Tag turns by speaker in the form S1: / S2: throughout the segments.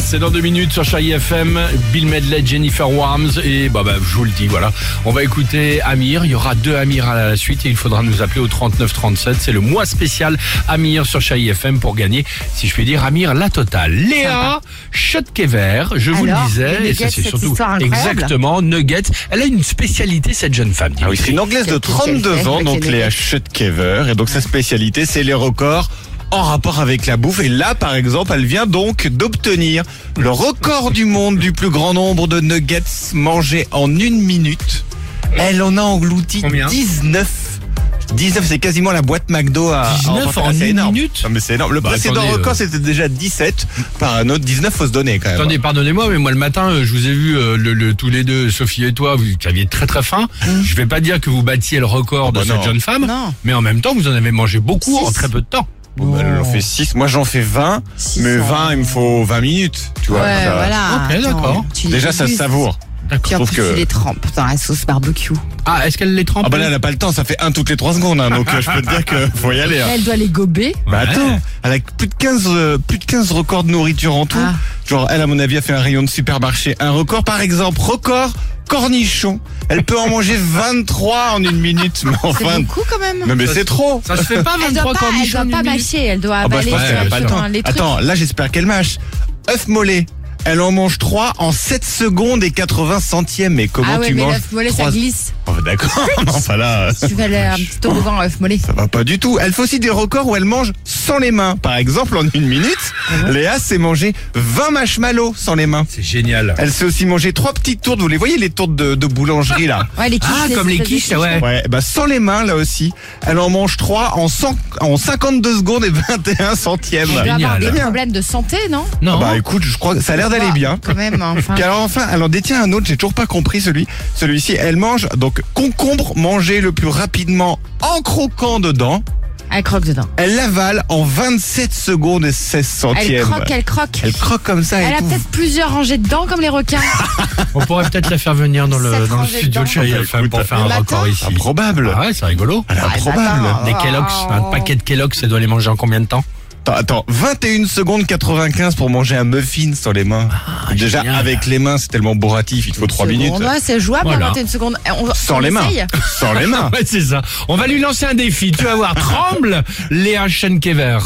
S1: C'est dans deux minutes sur Chai FM. Bill Medley, Jennifer Worms et bah, bah je vous le dis voilà. On va écouter Amir. Il y aura deux Amir à la suite et il faudra nous appeler au 39 37. C'est le mois spécial Amir sur Chai FM pour gagner, si je puis dire, Amir la totale. Léa Schotkever, je vous
S2: Alors,
S1: le disais,
S2: les
S1: et ça
S2: nuggets,
S1: c'est
S2: cette
S1: surtout
S2: histoire incroyable.
S1: exactement Nuggets. Elle a une spécialité cette jeune femme.
S3: Ah oui, c'est une anglaise de
S2: Qu'est-ce qu'elle fait
S3: 32 ans,
S2: avec
S3: donc
S2: les
S3: Léa
S2: nuggets
S3: Schutkever. Et donc sa spécialité, c'est les records en rapport avec la bouffe. Et là, par exemple, elle vient donc d'obtenir le record du monde du plus grand nombre de nuggets mangés en une minute. Elle en a englouti
S1: Combien
S3: 19. 19, c'est quasiment la boîte McDo à à
S1: 19 en
S3: emporter. C'est
S1: une
S3: énorme.
S1: minute
S3: Non, mais c'est énorme. Le
S1: Bah,
S3: précédent
S1: attendez,
S3: record,
S1: euh.
S3: c'était déjà 17 par un autre. 19, faut se donner quand même.
S1: Attendez, pardonnez-moi, mais moi le matin, euh, je vous ai vu euh, le, le- tous les deux, Sophie et toi, vous qui aviez très très faim.
S4: Mmh.
S1: Je vais pas dire que vous battiez le record de
S3: bah
S1: cette
S3: non.
S1: jeune femme,
S2: Non.
S1: mais en même temps, vous en avez mangé beaucoup en
S2: Six.
S1: très peu de temps.
S3: Bon, bah, elle en fait 6. Moi, j'en fais 20.
S2: Six,
S3: Mais
S2: ouais.
S3: 20, il me faut 20 minutes. Tu vois,
S2: ouais,
S3: ça-
S2: voilà.
S1: Ok,
S2: Attends,
S1: d'accord.
S2: tu les
S3: Déjà, ça se
S2: dégustes,
S3: savoure.
S2: Puis
S3: Je
S2: en
S3: trouve
S2: plus,
S3: que-
S2: tu les trempes dans la sauce barbecue.
S1: Ah, est-ce qu'elle les trempe
S3: Ah bah là, elle n'a pas le temps, ça fait un toutes les 3 secondes, hein, donc euh, je peux te dire que faut y aller. hein.
S2: Elle doit les gober.
S3: Bah
S1: Ouais.
S3: attends, elle a plus de 15, euh, plus de 15 records de nourriture en tout.
S2: Ah.
S3: Genre, elle, à mon avis, a fait un rayon de supermarché. Un record, par exemple, record cornichon. Elle peut en manger 23 en une minute, mais
S2: C'est
S3: enfin...
S2: beaucoup quand même.
S3: Non mais c'est trop
S1: Ça se fait pas
S4: Elle
S1: 23
S4: doit pas, elle
S1: cornichons
S4: doit
S1: en
S4: pas
S1: une minute
S4: mâcher, elle doit
S3: Ah bah,
S4: avaler
S3: je pense qu'elle a
S4: euh,
S1: pas le
S4: enfin, les trucs.
S3: Attends, là j'espère qu'elle mâche. Œuf mollet, elle en mange 3 en 7 secondes et 80 centièmes. Mais comment
S4: ah ouais,
S3: tu
S4: mais
S3: manges
S4: l'œuf mollet,
S3: trois-
S4: ça glisse.
S3: Oh, D'accord, non, pas là... euh,
S4: Tu vas aller à un petit toboggan œuf mollet.
S3: Ça va Ah bah, pas du tout. Elle fait aussi des records où elle mange sans les mains. Par exemple, en une minute, Léa s'est mangé 20 marshmallows sans les mains.
S1: C'est génial.
S3: Elle s'est aussi mangé trois petites tourtes. Vous les voyez, les tourtes de, de boulangerie, là
S4: Ouais, les quiches,
S1: Ah, comme les
S4: espèces de
S1: quiches, ouais.
S3: Ouais, bah sans les mains, là aussi. Elle en mange trois en, 100 en 52 secondes et 21 centièmes. Ah
S4: Elle doit avoir
S1: Génial.
S4: des
S1: Bien.
S4: problèmes de santé, non
S1: Non.
S3: Bah écoute, je crois que ça a l'air d'aller bien.
S2: Quand même,
S4: Ah.
S2: enfin.
S3: Puis alors enfin, elle en détient un autre, j'ai toujours pas compris celui. Celui-ci, elle mange donc concombre mangé le plus rapidement en croquant dedans.
S4: Elle croque dedans.
S3: Elle l'avale en 27 secondes et 16 centièmes.
S4: Elle croque, elle croque.
S3: Elle croque comme ça.
S4: Elle
S3: et
S4: a
S3: tout.
S4: peut-être plusieurs rangées de dents comme les requins.
S1: On pourrait peut-être la faire venir dans
S4: Ça
S1: le, dans le
S4: tranche
S1: studio de
S4: dedans.
S1: Chérie
S3: Bah,
S1: FM pour
S3: écoute,
S1: faire un
S4: le
S1: record
S4: matin.
S1: ici.
S3: Improbable.
S1: Ah ouais, c'est rigolo.
S3: Elle est improbable.
S1: Des Kellogg's, un paquet de Kellogg's, elle doit les manger en combien de temps
S3: Attends, attends, 21 secondes 95 pour manger un muffin sur les mains. Déjà,
S1: génial.
S3: avec les mains, c'est tellement bourratif, il te faut 3
S4: Ah, Seconde,
S3: minutes.
S4: Ouais, c'est jouable
S1: Voilà.
S4: en 21 secondes. Eh, On,
S3: Sans
S4: on
S3: les mains.
S4: essaye
S3: Sans les mains.
S1: Ouais, c'est ça. On va lui lancer un défi. Tu vas voir, tremble Léa Schenkever.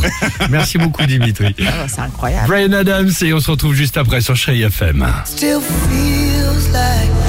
S1: Merci beaucoup, Dimitri.
S4: Ah ouais, C'est incroyable.
S1: Brian Adams et on se retrouve juste après sur Chérie FM.
S5: still feels like